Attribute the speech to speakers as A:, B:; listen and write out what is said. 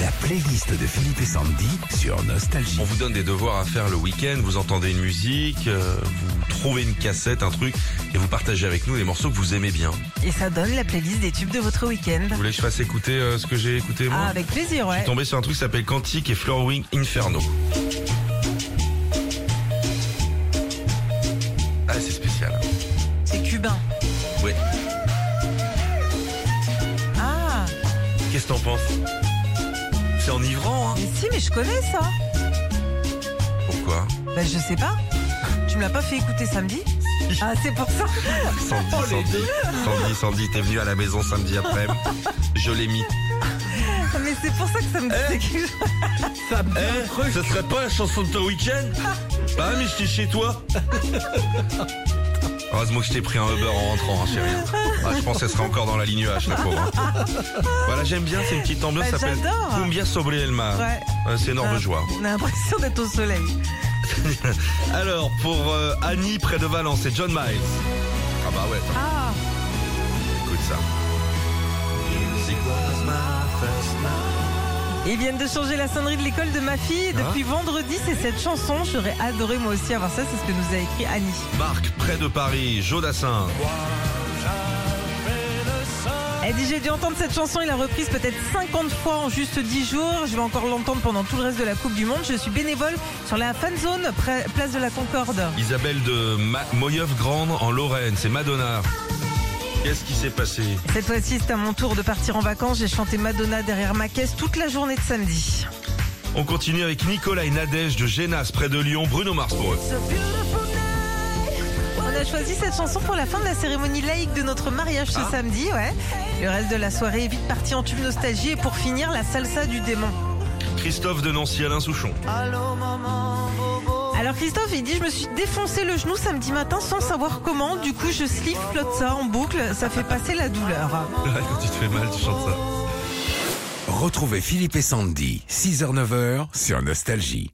A: La playlist de Philippe et Sandy sur Nostalgie.
B: On vous donne des devoirs à faire le week-end, vous entendez une musique, euh, vous trouvez une cassette, un truc, et vous partagez avec nous les morceaux que vous aimez bien. Vous
C: Et ça donne la playlist des tubes de votre week-end.
B: voulez que je fasse écouter euh, ce que j'ai écouté moi
C: Ah, avec plaisir,
B: Je
C: ouais.
B: suis tombé sur un truc qui s'appelle Cantique et Flowering Inferno. Ah, c'est spécial.
C: C'est cubain.
B: Ouais.
C: Ah,
B: Qu'est-ce que t'en penses C'est enivrant, hein
C: mais si, mais je connais ça.
B: Pourquoi
C: Bah, je sais pas. Tu me l'as pas fait écouter samedi Ah, c'est pour ça.
B: Sandy,
C: Oh, les
B: Sandy, Sandy, Sandy, t'es venu à la maison samedi après. Je l'ai mis.
C: Mais c'est pour ça que ça me
B: Eh,
C: disait quelque chose. Ça me dit un truc.
B: Hein
C: Ah.
B: ce serait pas la chanson de ton week-end Bah, mais j'étais chez toi. Heureusement que je t'ai pris un Uber en rentrant, hein, chérie. Ah, je pense qu'elle serait encore dans la ligne H, la pauvre. hein. Voilà, j'aime bien, c'est une petite ambiance,
C: Bah,
B: ça s'appelle
C: j'adore.
B: Cumbia Sobre el Mar.
C: Ouais.
B: Euh, C'est norvegeois.
C: On a l'impression d'être au soleil.
B: Alors, pour euh, Annie, près de Valence, c'est John Miles. Ah bah ouais,
C: Ah,
B: attends, écoute ça. Music was my first love.
C: ils viennent de changer la sonnerie de l'école de ma fille.
B: Ah.
C: Depuis vendredi, c'est cette chanson. J'aurais adoré moi aussi avoir ça. C'est ce que nous a écrit Annie.
B: Marc, près de Paris, Jodassin.
C: Elle dit j'ai dû entendre cette chanson et la reprise peut-être 50 fois en juste 10 jours. Je vais encore l'entendre pendant tout le reste de la Coupe du Monde. Je suis bénévole sur la fan zone près- place de la Concorde.
B: Isabelle de Ma Moyeuf Grande en Lorraine, c'est Madonna. Qu'est-ce qui s'est passé
C: Cette fois-ci c'est à mon tour de partir en vacances. J'ai chanté Madonna derrière ma caisse toute la journée de samedi.
B: On continue avec Nicolas et Nadège de Génas, près de Lyon, Bruno Mars pour eux.
C: On a choisi cette chanson pour la fin de la cérémonie laïque de notre mariage ce samedi. Ouais. Le reste de la soirée est vite parti en tube nostalgie et pour finir la salsa du démon.
B: Christophe de Nancy, Alain Souchon.
C: Alors Christophe, il dit je me suis défoncé le genou samedi matin sans savoir comment. Du coup, je slip flotte ça en boucle. Ça fait passer la douleur.
B: Quand tu te fais mal, tu chantes ça.
A: Retrouvez Philippe et Sandy, 6h-9h sur Nostalgie.